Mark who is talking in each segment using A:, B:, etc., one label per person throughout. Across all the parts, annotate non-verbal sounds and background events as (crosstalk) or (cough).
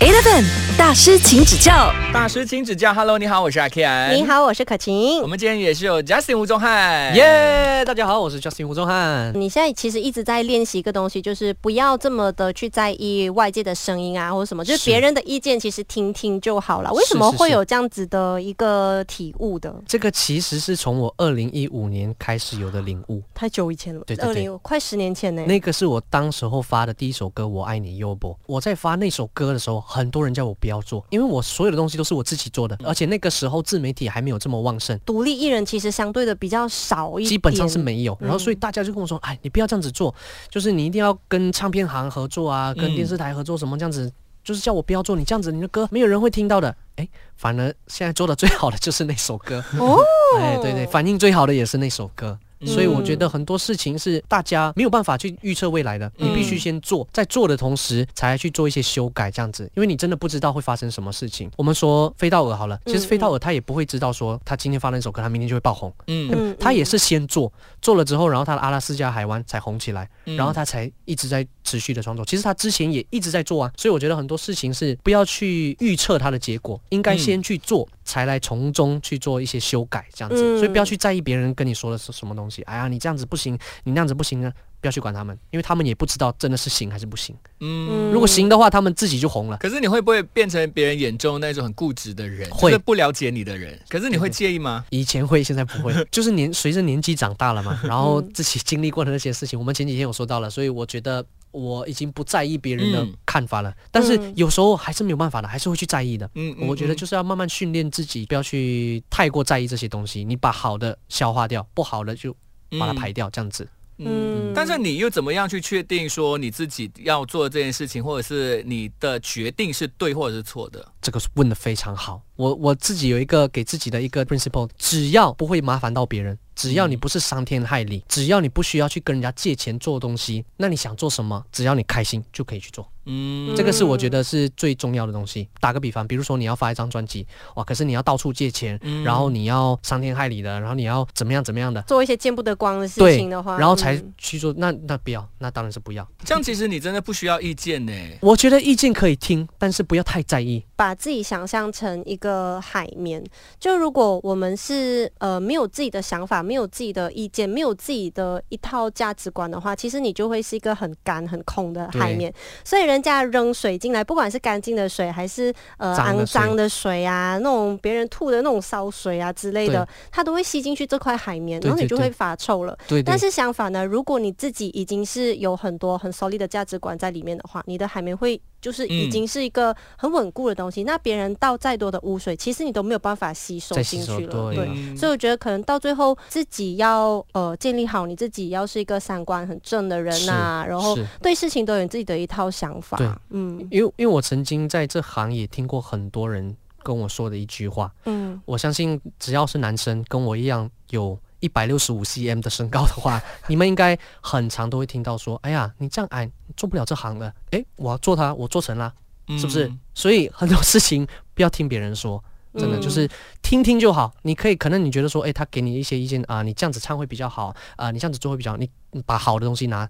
A: Eleven 大师，请指教。
B: 大师请指教，Hello，你好，我是阿 Ken。
C: 你，好，我是可
B: 我
D: 嗯
C: 晴。
B: 们今天也是有 Justin 吴宗翰。
D: 耶大家好，我是 Justin 胡宗汉。
C: 你现在其实一直在练习一个东西，就是不要这么的去在意外界的声音啊，或者什么，就是
D: 是
C: 别人的意见，其实听听就好了。为
D: 是
C: 什么
D: 是
C: 会
D: 是
C: 有这样子的一个体悟的？
D: 这个其实是从我二零一五年开始有的领悟，
C: 太久以前了，
D: 对
C: 二
D: 对对
C: 零快十年前呢、
D: 那个是我当时候发的第一首歌《我爱你 y o b o 我在发那首歌的时候，很多人叫我不要做，因为我所有的东西都是我自己做的，而且那个时候自媒体还没有这么旺盛。
C: 独立艺人其实相对的比较少一点，
D: 基本上是没有，
C: 嗯
D: 然后所以大家就跟我说，哎，你不要这样子做，就是你一定要跟唱片行合作啊，跟
B: 嗯
D: 电视台合作什么这样子，就是叫我不要做，你这样子你的歌没有人会听到的。哎，反而现在做的最好的就是那首歌，
C: 哦。
D: 哎，对对，反应最好的也是那首歌。
B: 嗯
D: 所以我觉得很多事情是大家没有办法去预测未来的，
B: 嗯
D: 你必须先做，在做的同时才去做一些修改，这样子，因为你真的不知道会发生什么事情。我们说飞道尔好了，其实
C: 嗯
D: 飞道尔他也不会知道说他今天发了一首歌，他明天就会爆红，
B: 嗯，
C: 嗯
D: 他也是先做，做了之后，然后他的阿拉斯加海湾才红起来，
B: 嗯
D: 然后他才一直在持续的创作。其实他之前也一直在做啊，所以我觉得很多事情是不要去预测它的结果，应该先去做，才来从中去做一些修改这样子。
C: 嗯
D: 所以不要去在意别人跟你说的是什么东西，哎呀，你这样子不行，你那样子不行呢。啊不要去管他们，因为他们也不知道真的是行还是不行。
B: 嗯。
C: 嗯
D: 如果行的话，他们自己就红了。
B: 可是你会不会变成别人眼中那种很固执的人，
D: 会
B: 就是不了解你的人？可是你会介意吗？
D: 以前会，现在不会，就是年随着年纪长大了嘛，然后自己经历过的那些事情，我们前几天有说到了，所以我觉得我已经不在意别人的
B: 嗯
D: 看法了，但是
C: 嗯
D: 有时候还是没有办法的，还是会去在意的。
B: 嗯
D: 我觉得就是要慢慢训练自己，不要去太过在意这些东西，你把好的消化掉，不好的就把它
B: 嗯
D: 排。掉，这样子。
B: 嗯嗯
C: 嗯
B: 但是你又怎么样去确定说你自己要做这件事情，或者是你的决定是对或者是错的？
D: 这个问的非常好，我我自己有一个给自己的一个 principle，只要不会麻烦到别人，只要
C: 嗯
D: 你不是伤天害理，只要你不需要去跟人家借钱做东西，那你想做什么，只要你开心就可以去做。
B: 嗯
D: 这个是我觉得是最重要的东西。打个比方，比如说你要发一张专辑，哇，可是你要到处借钱，
B: 嗯
D: 然后你要伤天害理的，然后你要怎么样怎么样的，
C: 做一些见不得光的事
D: 对
C: 情的话，
D: 然后才
C: 嗯
D: 去做。那那不要，那当然是不要。
B: 这样其实你真的不需要意见呢。
D: 我觉得意见可以听，但是不要太在意。
C: 把自己想象成一个海绵。就如果我们是呃没有自己的想法、没有自己的意见、没有自己的一套价值观的话，其实你就会是一个很干、很空的海绵。所以人家扔水进来，不管是干净的水还是呃
D: 脏
C: 肮
D: 的水
C: 脏的水啊，那种别人吐的那种烧水啊之类的，它都会吸进去这块海绵，
D: 对
C: 然后你
D: 对
C: 就会
D: 对
C: 发臭了。
D: 对对
C: 但是相反呢，如果你自己已经是有很多很 solid 的价值观在里面的话，你的海绵会就是已
B: 嗯
C: 经是一个很稳固的东西。那别人倒再多的污水，其实你都没有办法吸收
D: 再吸
C: 进
D: 收
C: 去了。
D: 对
C: 对，
B: 嗯
C: 所以我觉得可能到最后自己要呃建立好你自己，要是一个三观很正的人呐、然后
D: 是
C: 对事情都有你自己的一套想法
D: 对。
C: 嗯
D: 因为因为我曾经在这行也听过很多人跟我说的一句话，
C: 嗯，
D: 我相信只要是男生跟我一样有一百六十五 cm 的身高的话， (laughs) 你们应该很常都会听到说，哎呀，你这样矮，你做不了这行了。哎，我要做它，我做成啦，是不是？
B: 嗯
D: 所以很多事情不要听别人说。真的
C: 嗯
D: 就是听听就好，你可以可能你觉得说，哎，他给你一些意见啊、你这样子唱会比较好，啊、你这样子做会比较好，你你把好的东西拿，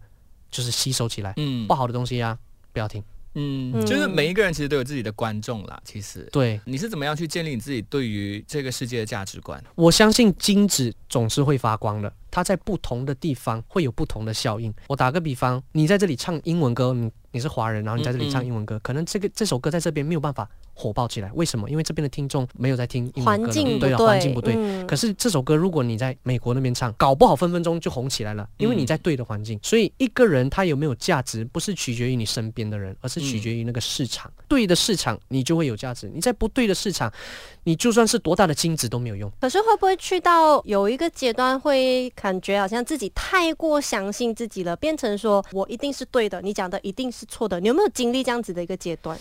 D: 就是吸收起来，
B: 嗯
D: 不好的东西啊，不要听。
B: 嗯，
C: 嗯
B: 就是每一个人其实都有自己的观众啦。其实，
D: 对，
B: 你是怎么样去建立你自己对于这个世界的价值观？
D: 我相信金子总是会发光的，它在不同的地方会有不同的效应。我打个比方，你在这里唱英文歌，你你是华人，然后你在这里唱英文歌，可能这个这首歌在这边没有办法火爆起来，为什么？因为这边的听众没有在听英文
C: 环
D: 歌了，
C: 境不
D: 对啊，环境不对。
C: 嗯
D: 可是这首歌如果你在美国那边唱，搞不好分分钟就红起来了，因为你在对的环境。所以一个人他有没有价值，不是取决于你身边的人，而是取决于那个市场。对的市场，你就会有价值；你在不对的市场，你就算是多大的金子都没有用。
C: 可是会不会去到有一个阶段，会感觉好像自己太过相信自己了，变成说我一定是对的，你讲的一定是错的？你有没有经历这样子的一个阶段？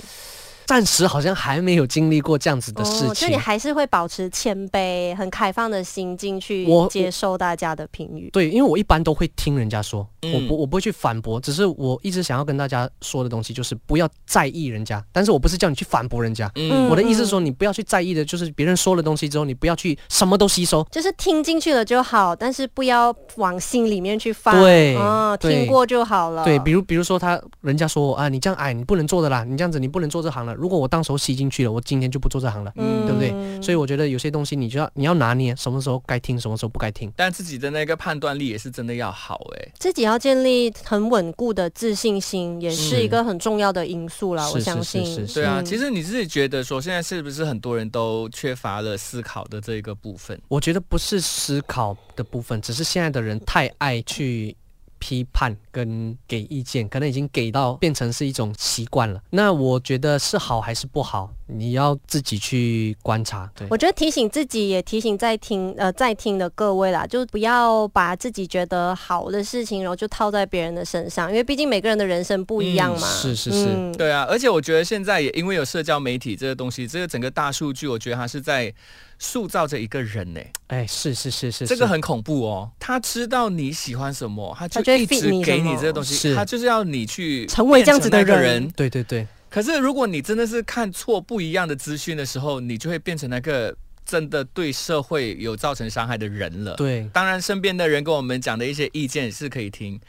D: 暂时好像还没有经历过这样子的事
C: 哦就
D: 情。
C: 你还是会保持谦卑、很开放的心境去
D: 我
C: 接受大家的评语。
D: 对，因为我一般都会听人家说，
B: 嗯
D: 我不我不会去反驳，只是我一直想要跟大家说的东西就是不要在意人家，但是我不是叫你去反驳人家，
C: 嗯
D: 我的意思是说你不要去在意的，就是别人说了东西之后，你不要去什么都吸收。
C: 就是听进去了就好，但是不要往心里面去放。
D: 对
C: 嗯，
D: 对
C: 听过就好了。
D: 啊哎对，比如比如说他人家说我啊，你这样矮，你不能做的啦，你这样子你不能做这行了。如果我当时候吸进去了，我今天就不做这行了。
C: 嗯，
D: 对不对所以我觉得有些东西你就要你要拿捏，什么时候该听，什么时候不该听。
B: 但自己的那个判断力也是真的要好哎、
C: 自己要建立很稳固的自信心，也是一个很重要的因素啦。
D: 是
C: 我相
D: 是
C: 信，
D: 是是是
B: 对啊，
C: 嗯
B: 其实你自己觉得说，现在是不是很多人都缺乏了思考的这个部分？
D: 我觉得不是思考的部分，只是现在的人太爱去批判跟给意见，可能已经给到变成是一种习惯了。那我觉得是好还是不好，你要自己去观察。对，
C: 我觉得提醒自己，也提醒在听呃在听的各位啦，就不要把自己觉得好的事情，然后就套在别人的身上，因为毕竟每个人的人生不一样嘛。
D: 是是是
C: 嗯
B: 对啊，而且我觉得现在也因为有社交媒体这个东西，这个整个大数据，我觉得它是在塑造着一个人呢、欸
D: 哎，是是是是，
B: 这个
D: 是
B: 很恐怖哦。他知道你喜欢什么，他
C: 他就
B: 就
C: 会
B: 一直
C: feed 你
B: 给
C: 什么
B: 你这个东西，
D: 是
B: 他就是要你去
C: 成为这样子的
B: 变成那个
C: 人
B: 人。
D: 对对对，
B: 可是如果你真的是看错不一样的资讯的时候，你就会变成那个真的对社会有造成伤害的人了。
D: 对
B: 当然身边的人跟我们讲的一些意见是可以听，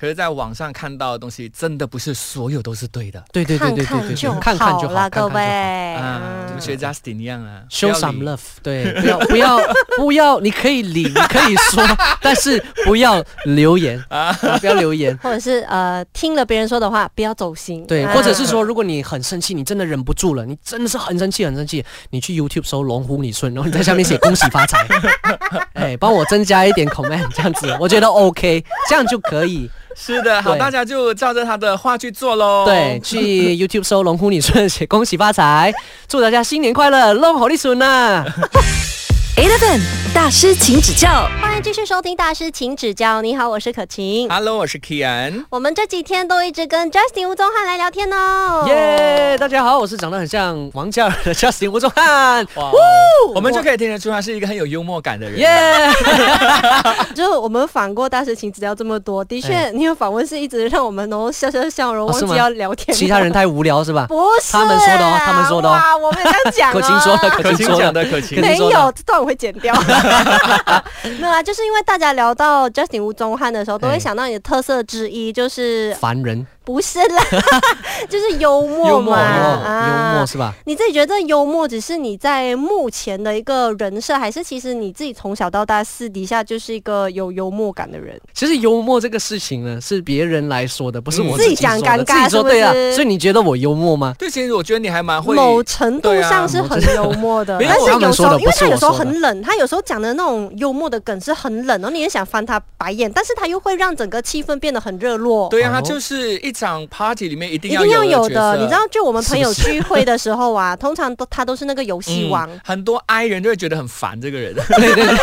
B: 可是在网上看到的东西，真的不是所有都是对的。
D: 对对对
C: 看
D: 对对
C: 看
D: 对，
C: 就
D: 对看看就好，
C: 啦，
D: 看
C: 各
D: 看
C: 位
D: 就好。
B: 啊，
C: 嗯
B: 就学 Justin 一样啊不
D: Show
B: 要
D: some
B: 理
D: love，对，不要不要不要，你可以理，你可以说， (laughs) 但是不要留言啊，不要留言。
C: 或者是呃听了别人说的话，不要走心。
D: 对，
C: 啊
D: 或者是说，如果你很生气，你真的忍不住了，你真的是很生气，很生气，你去 YouTube 搜“龙虎你顺”，然后你在下面写“恭喜
C: (laughs)
D: 发财”，哎，帮我增加一点 comment，这样子，我觉得 OK，这样就可以。
B: 是的，好，
D: 对
B: 大家就照着他的话去做
C: 哦
B: 喽。
D: 对，，去 YouTube 搜“龙虎你顺”，写“恭喜发财”，祝大家新年快乐，龙虎你顺啊呐！
A: Eleven 大师，请指教。
C: 欢迎继续收听大师请指教。你好，我是可晴。
D: 啊
B: Hello，我是 Kian。
C: 我们这几天都一直跟 Justin 吴宗翰来聊天哦。
D: 耶，大家好，我是长得很像王嘉尔的 Justin 吴宗翰。
B: 哇，哦我们就可以听得出他是一个很有幽默感的人。
D: 耶、
C: (laughs) 就是我们访过大师请指教这么多，的确，
D: 哎
C: 你有访问是一直让我们然后笑笑笑，然后
D: 哦是
C: 忘
D: 吗
C: 记要聊天。
D: 其他人太无聊是吧？
C: 不是
D: 他们说的哦他们说的哦
C: 哇，我没有这样讲、
D: (laughs)
C: 啊。
D: 可晴说的，可
B: 可
D: 晴
B: 晴
D: 说
B: 讲
D: 的，
B: 的，可晴
D: 可。
C: 没
D: 晴说的哦
C: 有，这段我会剪掉。 (laughs) 没有啊，就是因为大家聊到 Justin 吴宗翰的时候，都会
D: 哎
C: 想到你的特色之一，就是
D: 烦人，
C: 不是啦， (laughs) 就是幽默嘛，
D: 幽默，幽默，哦幽
C: 啊
D: 默是吧？
C: 你自己觉得幽默只是你在目前的一个人设，还是其实你自己从小到大私底下就是一个有幽默感的人？
D: 其实幽默这个事情呢，是别人来说的，不是我
B: 嗯
D: 自己
C: 自己讲
D: 说
C: 尴
D: 的
C: 尬
D: 自己说
C: 是不是
D: 对啊。所以你觉得我幽默吗？
B: 对，其实我觉得你还蛮会。
C: 某程度
B: 对啊
C: 上是很幽默的，
B: 没有
C: 但是
D: 他们
C: 有时
D: 说的
C: 候因为
D: 不是
C: 他
D: 我
C: 有时候
D: 说的
C: 很冷，他有时候讲的那种幽默的梗是很冷，然后你也想翻他白眼，但是他又会让整个气氛变得很热络。
B: 对啊，
D: 哦
B: 他就是一场 party 里面一定
C: 一
B: 要
C: 定要有
B: 角色嗯
C: 的，你知道，就我们朋友
D: 是不
C: 聚会的时候
D: (laughs)
C: 啊，通常都他都是那个游戏
B: 嗯
C: 王，
B: 很多 I 人就会觉得很烦这个人。 (laughs)
D: 对对对。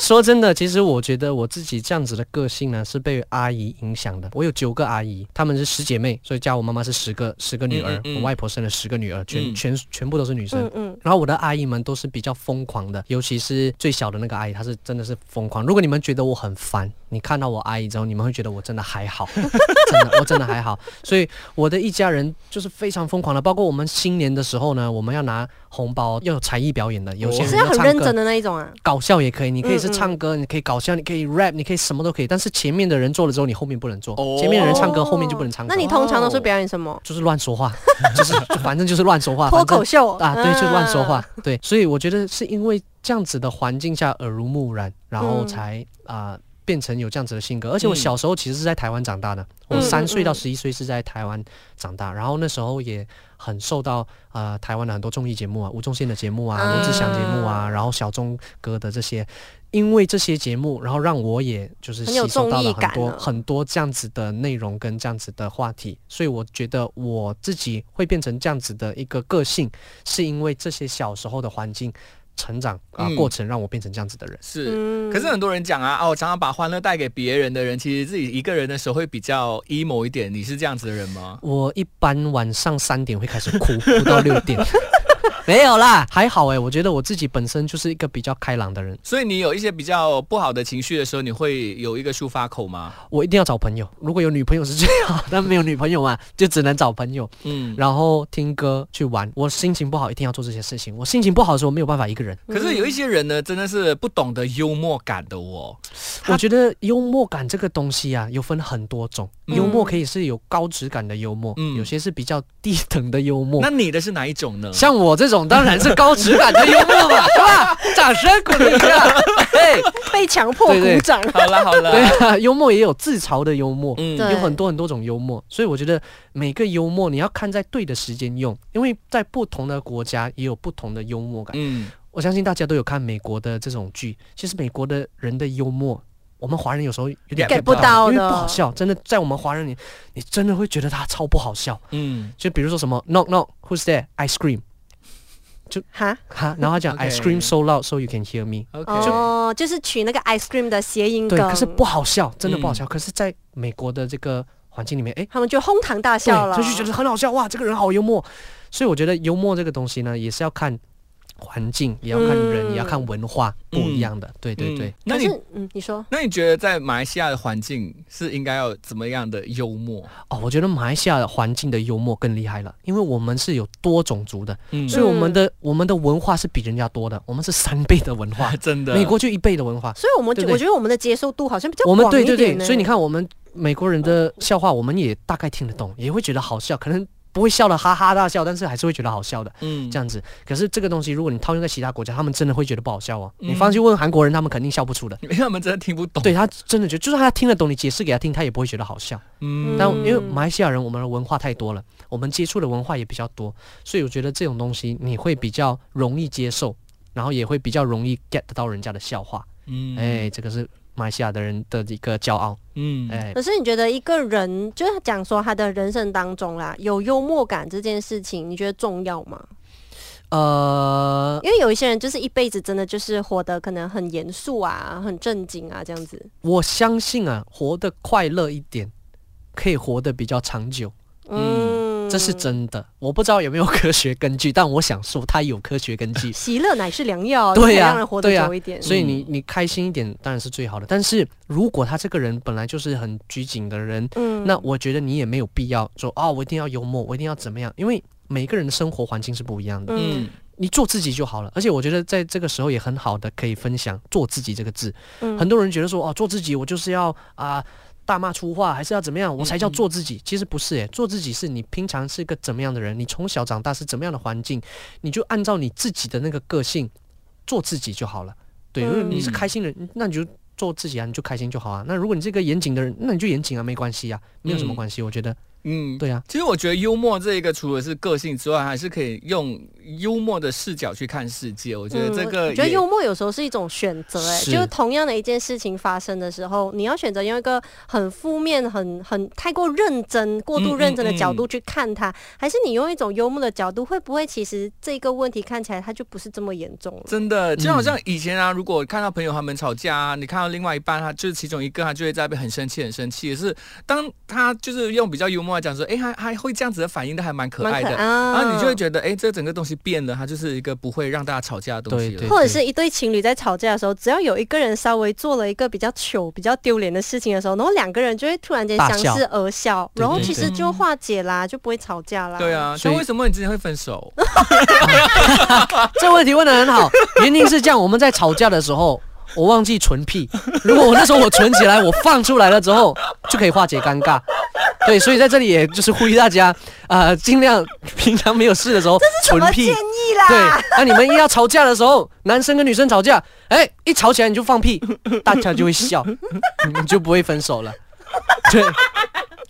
D: 说真的，其实我觉得我自己这样子的个性呢，是被阿姨影响的。我有九个阿姨，她们是十姐妹，所以加我妈妈是十个十个女儿，
B: 嗯嗯嗯
D: 我外婆生了十个女儿，全、
B: 嗯
D: 全全部都是女生。
C: 嗯嗯，
D: 然后我的阿姨们都是比较疯狂的，尤其是最小的那个阿姨，她是真的是疯狂。如果你们觉得我很烦，你看到我阿姨之后，你们会觉得我真的还好， (laughs) 真的我真的还好。所以我的一家人就是非常疯狂的，包括我们新年的时候呢，我们要拿红包，要有才艺表演的，有些
B: 哦
D: 人
C: 是要很
D: 唱
C: 认
D: 歌
C: 真的那一种啊。
D: 搞笑也可以，你可以是
C: 嗯嗯
D: 唱歌，你可以搞笑，你可以 rap，你可以什么都可以，但是前面的人做了之后，你后面不能做，
B: 哦
D: 前面的人唱歌，后面就不能唱歌。
C: 那你通常都是表演什么？
D: 就是乱说话，就是反正就是乱说话，
C: (laughs) 脱
D: 反正
C: 口秀
D: 啊，对，就乱说
C: 嗯 (laughs)
D: 话，对，所以我觉得是因为这样子的环境下耳濡目染，然后
C: 嗯
D: 才啊、变成有这样子的性格。而且我
B: 嗯
D: 小时候其实是在台湾长大的，
C: 嗯
D: 我三岁到
C: 嗯嗯
D: 十一岁是在台湾长大，然后那时候也很受到呃台湾的很多综艺节目啊，吴宗宪的节目啊，
C: 啊
D: 罗志祥节目啊，然后小钟哥的这些。因为这些节目，然后让我也就是
C: 很有
D: 吸收
C: 综
D: 到
C: 艺
D: 了很多
C: 感啊
D: 很多这样子的内容跟这样子的话题，所以我觉得我自己会变成这样子的一个个性，是因为这些小时候的环境成长啊、
B: 嗯
D: 过程让我变成这样子的人。
B: 是，
C: 嗯
B: 可是很多人讲啊，哦，常常把欢乐带给别人的人，其实自己一个人的时候会比较 emo 一点。你是这样子的人吗？
D: 我一般晚上三点会开始哭，哭到六点。 (laughs) 没有啦，还好哎、我觉得我自己本身就是一个比较开朗的人，
B: 所以你有一些比较不好的情绪的时候，你会有一个抒发口吗？
D: 我一定要找朋友。如果有女朋友是最好，但没有女朋友嘛，就只能找朋友，
B: 嗯，
D: 然后听歌去玩。我心情不好一定要做这些事情，我心情不好的时候没有办法一个人。
B: 可是有一些人呢，真的是不懂得幽默感的哦。
D: 我觉得幽默感这个东西啊，有分很多种，
B: 嗯
D: 幽默可以是有高质感的幽默，
B: 嗯
D: 有些是比较低等的幽
C: 嗯
D: 默
B: 那。你的是哪一种呢？
D: 像我这种当然是高质感的幽默
B: (laughs)
D: 嘛，是吧？掌声鼓励一
B: 啊
D: 下。哎，
C: 被强迫
D: 对对
C: 鼓掌。
B: 好了好
D: 对
B: 了，
D: 啊，幽默也有自嘲的幽默，
B: 嗯
C: 对
D: 有很多很多种幽默，所以我觉得每个幽默你要看在对的时间用，因为在不同的国家也有不同的幽默感。
B: 嗯，
D: 我相信大家都有看美国的这种剧，其实美国的人的幽默，我们华人有时候有点
B: get
C: 不
D: 不
C: 到
D: 因为
C: 的
D: 不好笑，真的在我们华人里，你真的会觉得他超不好笑。
B: 嗯，
D: 就比如说什么 knock knock who's there ice cream，
C: 哈
D: 哈，然后
B: (laughs)
D: 他讲
B: OK
D: ice cream so loud so you can hear me。
B: OK，
C: 哦，就是取那个 ice cream 的谐音
D: 对，
C: 梗，
D: 可是不好笑，真的不好
B: 嗯
D: 笑。可是在美国的这个环境里面，哎。
C: 他们就哄堂大笑了，
D: 对，就是觉得很好笑哇，这个人好幽默。所以我觉得幽默这个东西呢，也是要看环境，也要看
C: 嗯
D: 人，也要看文化不一样的。对对对
B: 嗯，那
C: 可
B: 你
C: 是嗯，你说
B: 那你觉得在马来西亚的环境是应该要怎么样的幽默？
D: 哦，我觉得马来西亚的环境的幽默更厉害了，因为我们是有多种族的，
B: 嗯，
D: 所以我们的我们的文化是比人家多的，我们是三倍的文化
B: (laughs) 真的，
D: 美国就一倍的文化。
C: 所以我们
D: 对不对
C: 我觉得我们的接受度好像比较
D: 我
C: 广
D: 们
C: 一点
D: 对对对，
C: 呢
D: 所以你，看我们美国人的笑话，我们也大概听得懂，也会觉得好笑，可能不会笑的哈哈大笑，但是还是会觉得好笑的。
B: 嗯
D: 这样子。可是这个东西，如果你套用在其他国家，他们真的会觉得不好笑哦。
B: 嗯哦
D: 你放心问韩国人，他们肯定笑不出的。
B: 因为他们真的听不懂。
D: 对，他真的觉得，就算他听得懂，你解释给他听，他也不会觉得好笑。
B: 嗯，
D: 但因为马来西亚人，我们的文化太多了，我们接触的文化也比较多，所以我觉得这种东西你会比较容易接受，然后也会比较容易 get 到人家的笑话。
B: 嗯，
D: 哎，这个是马来西亚的人的一个骄傲。
B: 嗯，
D: 哎，
C: 可是你觉得一个人就是讲说他的人生当中啦，有幽默感这件事情，你觉得重要吗？
D: 呃，
C: 因为有一些人就是一辈子真的就是活得可能很严肃啊，很正经啊这样子。
D: 我相信啊，活得快乐一点，可以活得比较长久。
C: 嗯，。
D: 这是。真的，我不知道有没有科学根据，但我想说它有科学根据
C: (laughs) 喜乐乃是良药，
D: 对
C: 就可以
D: 呀
C: 让人活得
D: 对呀
C: 久一点。
D: 所以你你开心一点当然是最好的，但是如果他这个人本来就是很拘谨的人，
C: 嗯
D: 那我觉得你也没有必要说啊、我一定要幽默，我一定要怎么样，因为每个人的生活环境是不一样的，
B: 嗯，
D: 你做自己就好了。而且我觉得在这个时候也很好的可以分享“做自己”这个字，
C: 嗯
D: 很多人觉得说哦，做自己我就是要啊、大骂粗话，还是要怎么
C: 嗯
D: 样，我才叫做自己。其实不是诶，做自己是你平常是个怎么样的人，你从小长大是怎么样的环境，你就按照你自己的那个个性做自己就好了。对，
C: 嗯
D: 如果你是开心人，那你就。做自己啊，你就开心就好啊。那如果你是一个严谨的人，那你就严谨啊，没关系啊，没有什么
B: 嗯
D: 关系。我觉得，
B: 嗯，
D: 对啊，
B: 其实我觉得幽默这一个，除了是个性之外，还是可以用幽默的视角去看世界。我觉得这
C: 嗯我
B: 个
C: 我觉得
B: 也
C: 幽默有时候是一种选择、哎，
D: 是
C: 就是同样的一件事情发生的时候，你要选择用一个很负面、很很太过认真、过度认真的角
B: 嗯
C: 度去看它，还是你用一种幽默的角度，会不会其实这个问题看起来它就不是这么严重了？
B: 真的，就好像以前啊，如果看到朋友他们吵架啊，你看到另外一半，他就是其中一个，他就会在那边很生气，很生气。也是当他就是用比较幽默来讲说，哎，还还会这样子的反应的，还蛮可
C: 蛮
B: 爱
C: 可
B: 的。
C: 爱
B: 然后你就会
C: 啊。
B: 觉得，哎，这整个东西变了，它就是一个不会让大家吵架的东西了。
D: 对对
C: 或者是一对情侣在吵架的时候，只要有一个人稍微做了一个比较糗、比较丢脸的事情的时候，然后两个人就会突然间
D: 大
C: 相
D: 笑
C: 视而笑，
D: 对
C: 然后
D: 对
C: 其
D: 对
C: 实就化解啦，就不会吵架啦。
B: 对，啊，
D: 所
B: 那
D: 以
B: 为什么你之前会分
C: (laughs)
B: 手？
D: 这问题问的很好，原因是这样：我们在吵架的时候，我忘记存屁。如果我那时候我存起来，我放出来了之后，就可以化解尴尬。对，所以在这里也就是呼吁大家，呃，尽量平常没有事的时候
C: 什
D: 存
C: 么建
D: 屁。
C: 议啊啦？
D: 对，那你们一要吵架的时候，男生跟女生吵架，哎，一吵起来你就放屁，大家就会笑，你就不会分手了。对，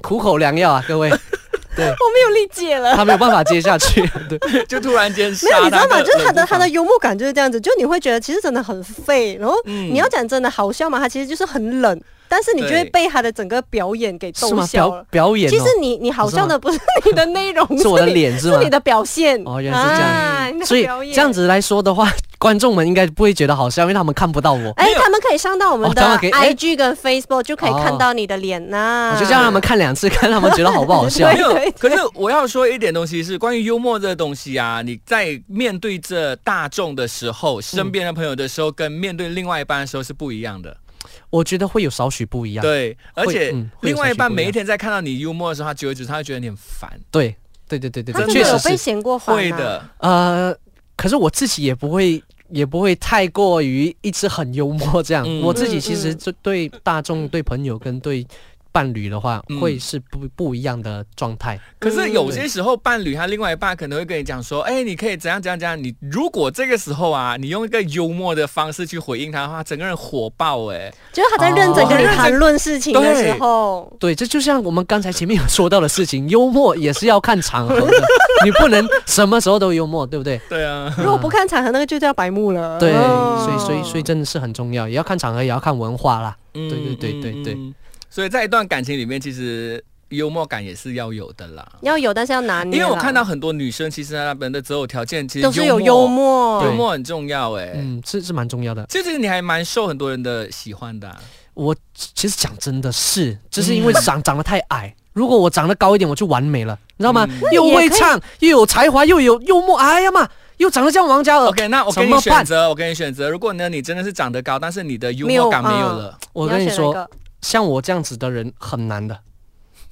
D: 苦口良药啊，各位，
C: 我没有理解了。
D: 他没有办法接下去。对，
B: 就突然间
C: 没有，
B: 杀
C: 你知道吗？就是他的他
B: (laughs)
C: 的
B: 冷
C: 幽默感就是这样子，就你会觉得其实真的很废，然后
B: 嗯
C: 你要讲真的好笑嘛，他其实就是很冷，但是你就会
B: 对
C: 被他的整个表演给
D: 嗯是
C: 逗
D: 吗？
C: 笑
D: 表
C: 了。
D: 表演、哦，
C: 其实你你好笑的不是你的内容，
D: 是我的
C: 你，
D: 脸是吗？
C: 是你的表现。
D: 哦原来是这样
C: 啊你的
D: 所以
C: 表演
D: (laughs) 这样子来说的话，观众们应该不会觉得好笑，因为他们看不到我。
C: 哎
B: 没，有
C: 他们可以上到我们
D: 哦
C: 的
D: 当然可以哎哦
C: IG 跟 Facebook 就可以看到你的脸呐、
D: 我就让他们看两次，看他们觉得好不好笑
C: 对。
B: 没有，可是我要说一点东西是关于幽默这个东西啊，你在面对这大众的时候，身边的朋友的时候，跟面对另外一半的时候是不一样
C: 嗯
B: 的。
D: (laughs) 我觉得会有少许不一样。
B: 对，而且
D: 嗯会有
B: 另外一
D: 差距
B: 半
D: 不一样
B: 每一天在看到你幽默的时候，他久而久之他会觉得你很烦。
D: 对对对对对
C: 他真
D: 对，
B: 们
D: 确
C: 的有
D: 实
C: 被
D: 是。
C: 嫌过烦、啊，
B: 会的，
D: 呃，可是我自己也不会，也不会太过于一直很幽默这样。
B: 嗯
D: 我自己其
C: 嗯
D: 实
C: 嗯
D: 就对大众、对朋友跟对伴侣的话，
B: 嗯
D: 会是不不一样的状态。
B: 可是有
D: 嗯
B: 些时候伴侣他另外一半可能会跟你讲说，哎，你可以怎样怎样怎样。你如果这个时候啊，你用一个幽默的方式去回应他的话，整个人火爆哎、
C: 就是他在认真跟你谈论事情的时候，
D: 哦对，这就像我们刚才前面有说到的事情，幽默也是要看场合
B: (laughs)
D: 的，你不能什么时候都幽默，对不对？
B: 对啊，
C: (laughs) 如果不看场合，那个就叫白目了。
D: 对，
C: 哦
D: 所以所以所以真的是很重要，也要看场合，也要看文化啦。
B: 对
D: (laughs) 对对
B: 嗯
D: 对对
B: 所以在一段感情里面，其实幽默感也是要有的啦。
C: 要有，但是要拿捏
B: 因
C: 嗯啦。
B: 为我看到很多女生，其实她们的择偶条件其实
C: 都是有幽默，
B: 幽默很重要哎、
D: 嗯，是是蛮重要的。
B: 其实你还蛮受很多人的喜欢的啊、
D: 我其实讲真的是，
C: 嗯
D: 就是因为长长得太矮。如果我长得高一点，我就完美了，你知道吗？
B: 嗯
D: 又会唱，又有才华，又有幽默，哎呀妈，又长得像王嘉尔。
B: OK，那我给
D: 怎
B: 你
D: 么
B: 选
D: 办？
B: 择，我给你选择。如果呢，你真的是长得高，但是你的幽
C: 没有
B: 默感没有
C: 啊
B: 了，
D: 我跟
C: 你
D: 你
C: 要选哪
D: 说，
C: 个，
D: 像我这样子的人很难的，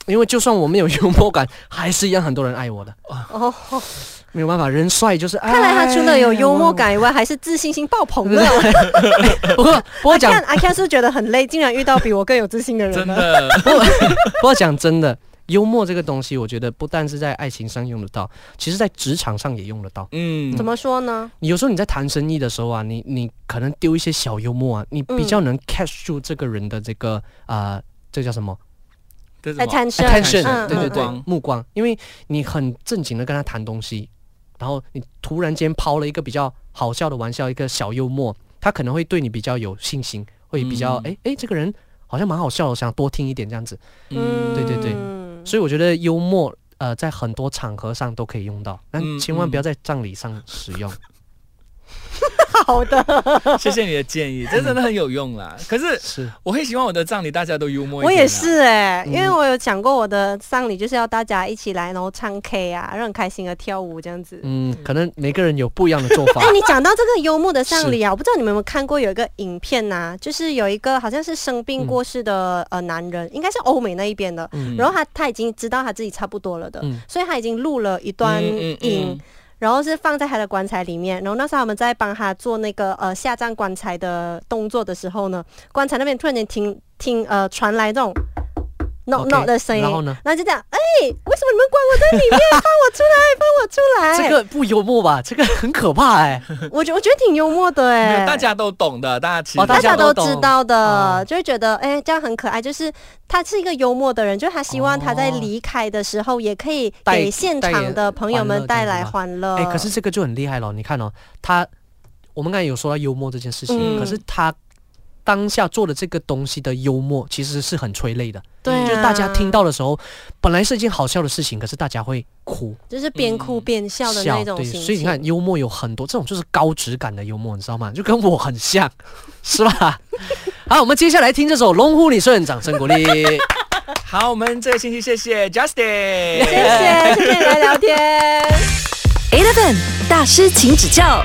D: 因为就算我没有幽默感，还是一样很多人爱我的。
C: 哦，
D: 没有办法，人帅就是。哎看
C: 看来他除了有幽默，感以外，还是自信心爆棚
D: (laughs)
C: 了。
D: 不过不过
C: 我
D: 讲
C: 看阿 Ken 是不是觉得很累，竟然遇到比我更有自信的人
B: 真
C: 了。
B: 的。
D: (laughs) 不过讲真的，幽默这个东西，我觉得不但是在爱情上用得到，其实在职场上也用得到。
B: 嗯，
C: 怎么说呢？
D: 你有时候你在谈生意的时候啊，你你可能丢一些小幽默啊，你比较能 catch 住这个人的这个啊、呃这叫什么
B: 这是什么哎
C: attention
D: attention？、
C: 嗯
D: 对对
C: 嗯
D: 对，
B: 嗯
D: 目光，因为你很正经的跟他谈东西，然后你突然间抛了一个比较好笑的玩笑，一个小幽默，他可能会对你比较有信心，会比较
B: 嗯
D: 哎哎、诶这个人好像蛮好笑的，想多听一点这样子。
B: 嗯，
D: 对对对
C: 嗯
D: 所以我觉得幽默，呃，在很多场合上都可以用到，但
B: 嗯
D: 千万不要在葬礼上使用。
C: 好的，
B: (laughs) 谢谢你的建
C: (laughs)
B: 议，这真的很有用啦。可 (laughs) 是
D: 是，
B: 我会希望我的葬礼大家都幽默一
C: 我
B: 点啊
C: 也，是哎，因为
D: 嗯
C: 我有讲过我的丧礼就是要大家一起来，然后唱 K 啊，让很开心的跳舞这样子。
D: 嗯，可能每个人有不一样的做法
C: 哎、。你讲到这个幽默的丧礼啊，我不知道你们有没有看过有一个影片呐、就是有一个好像是生病过世的、呃男人，应该是欧美那一边的，
D: 嗯
C: 然后他他已经知道他自己差不多了的，
D: 嗯
C: 所以他已经录了一段
B: 嗯嗯
C: 影。
B: 嗯
C: 然后是放在他的棺材里面，然后那时候他们在帮他做那个呃下葬棺材的动作的时候呢，棺材那边突然间听听呃传来这种 knock (laughs)
D: OK，
C: knock 的声音，
D: 然后呢
C: 就这样，哎，为什么你们关我在
D: (laughs)
C: 里面？放我出来，放我出来！
D: 这个不幽默吧？这个很可怕哎、
C: (laughs) 我觉我觉得挺幽默的
B: 没
C: 哎、
B: 有大家都懂的，大家其
D: 哦
B: 实
C: 大家都
D: 大家
C: 知
D: 都
C: 道的，
D: 哦
C: 就会觉得哎、这样很可爱。就是他是一个幽默的人，就是他希望他在
D: 哦
C: 离开的时候也可以
D: 带
C: 给现场的朋友们带
D: 带
C: 来
D: 来
C: 欢乐。
D: 哎、可是这个就很厉害了。你看哦，他我们刚才有说到幽默这件事情，
C: 嗯
D: 可是他当下做的这个东西的幽默，其实是很催泪的。
C: 对、啊，
D: 就大家听到的时候，本来是一件好笑的事情，可是大家会哭
C: 就是边哭边笑的那
D: 笑。
C: 种
D: 对，
C: 心情。
D: 所以你看，幽默有很多这种就是高质感的幽默，你知道吗？就跟我很像， (laughs) 是吧？好，我们接下来听这首《龙虎李顺》，掌声鼓励。
B: 好。我们这个星期谢谢 Justin，
C: 谢谢谢谢你来聊天。
A: Eleven 大师，请指教。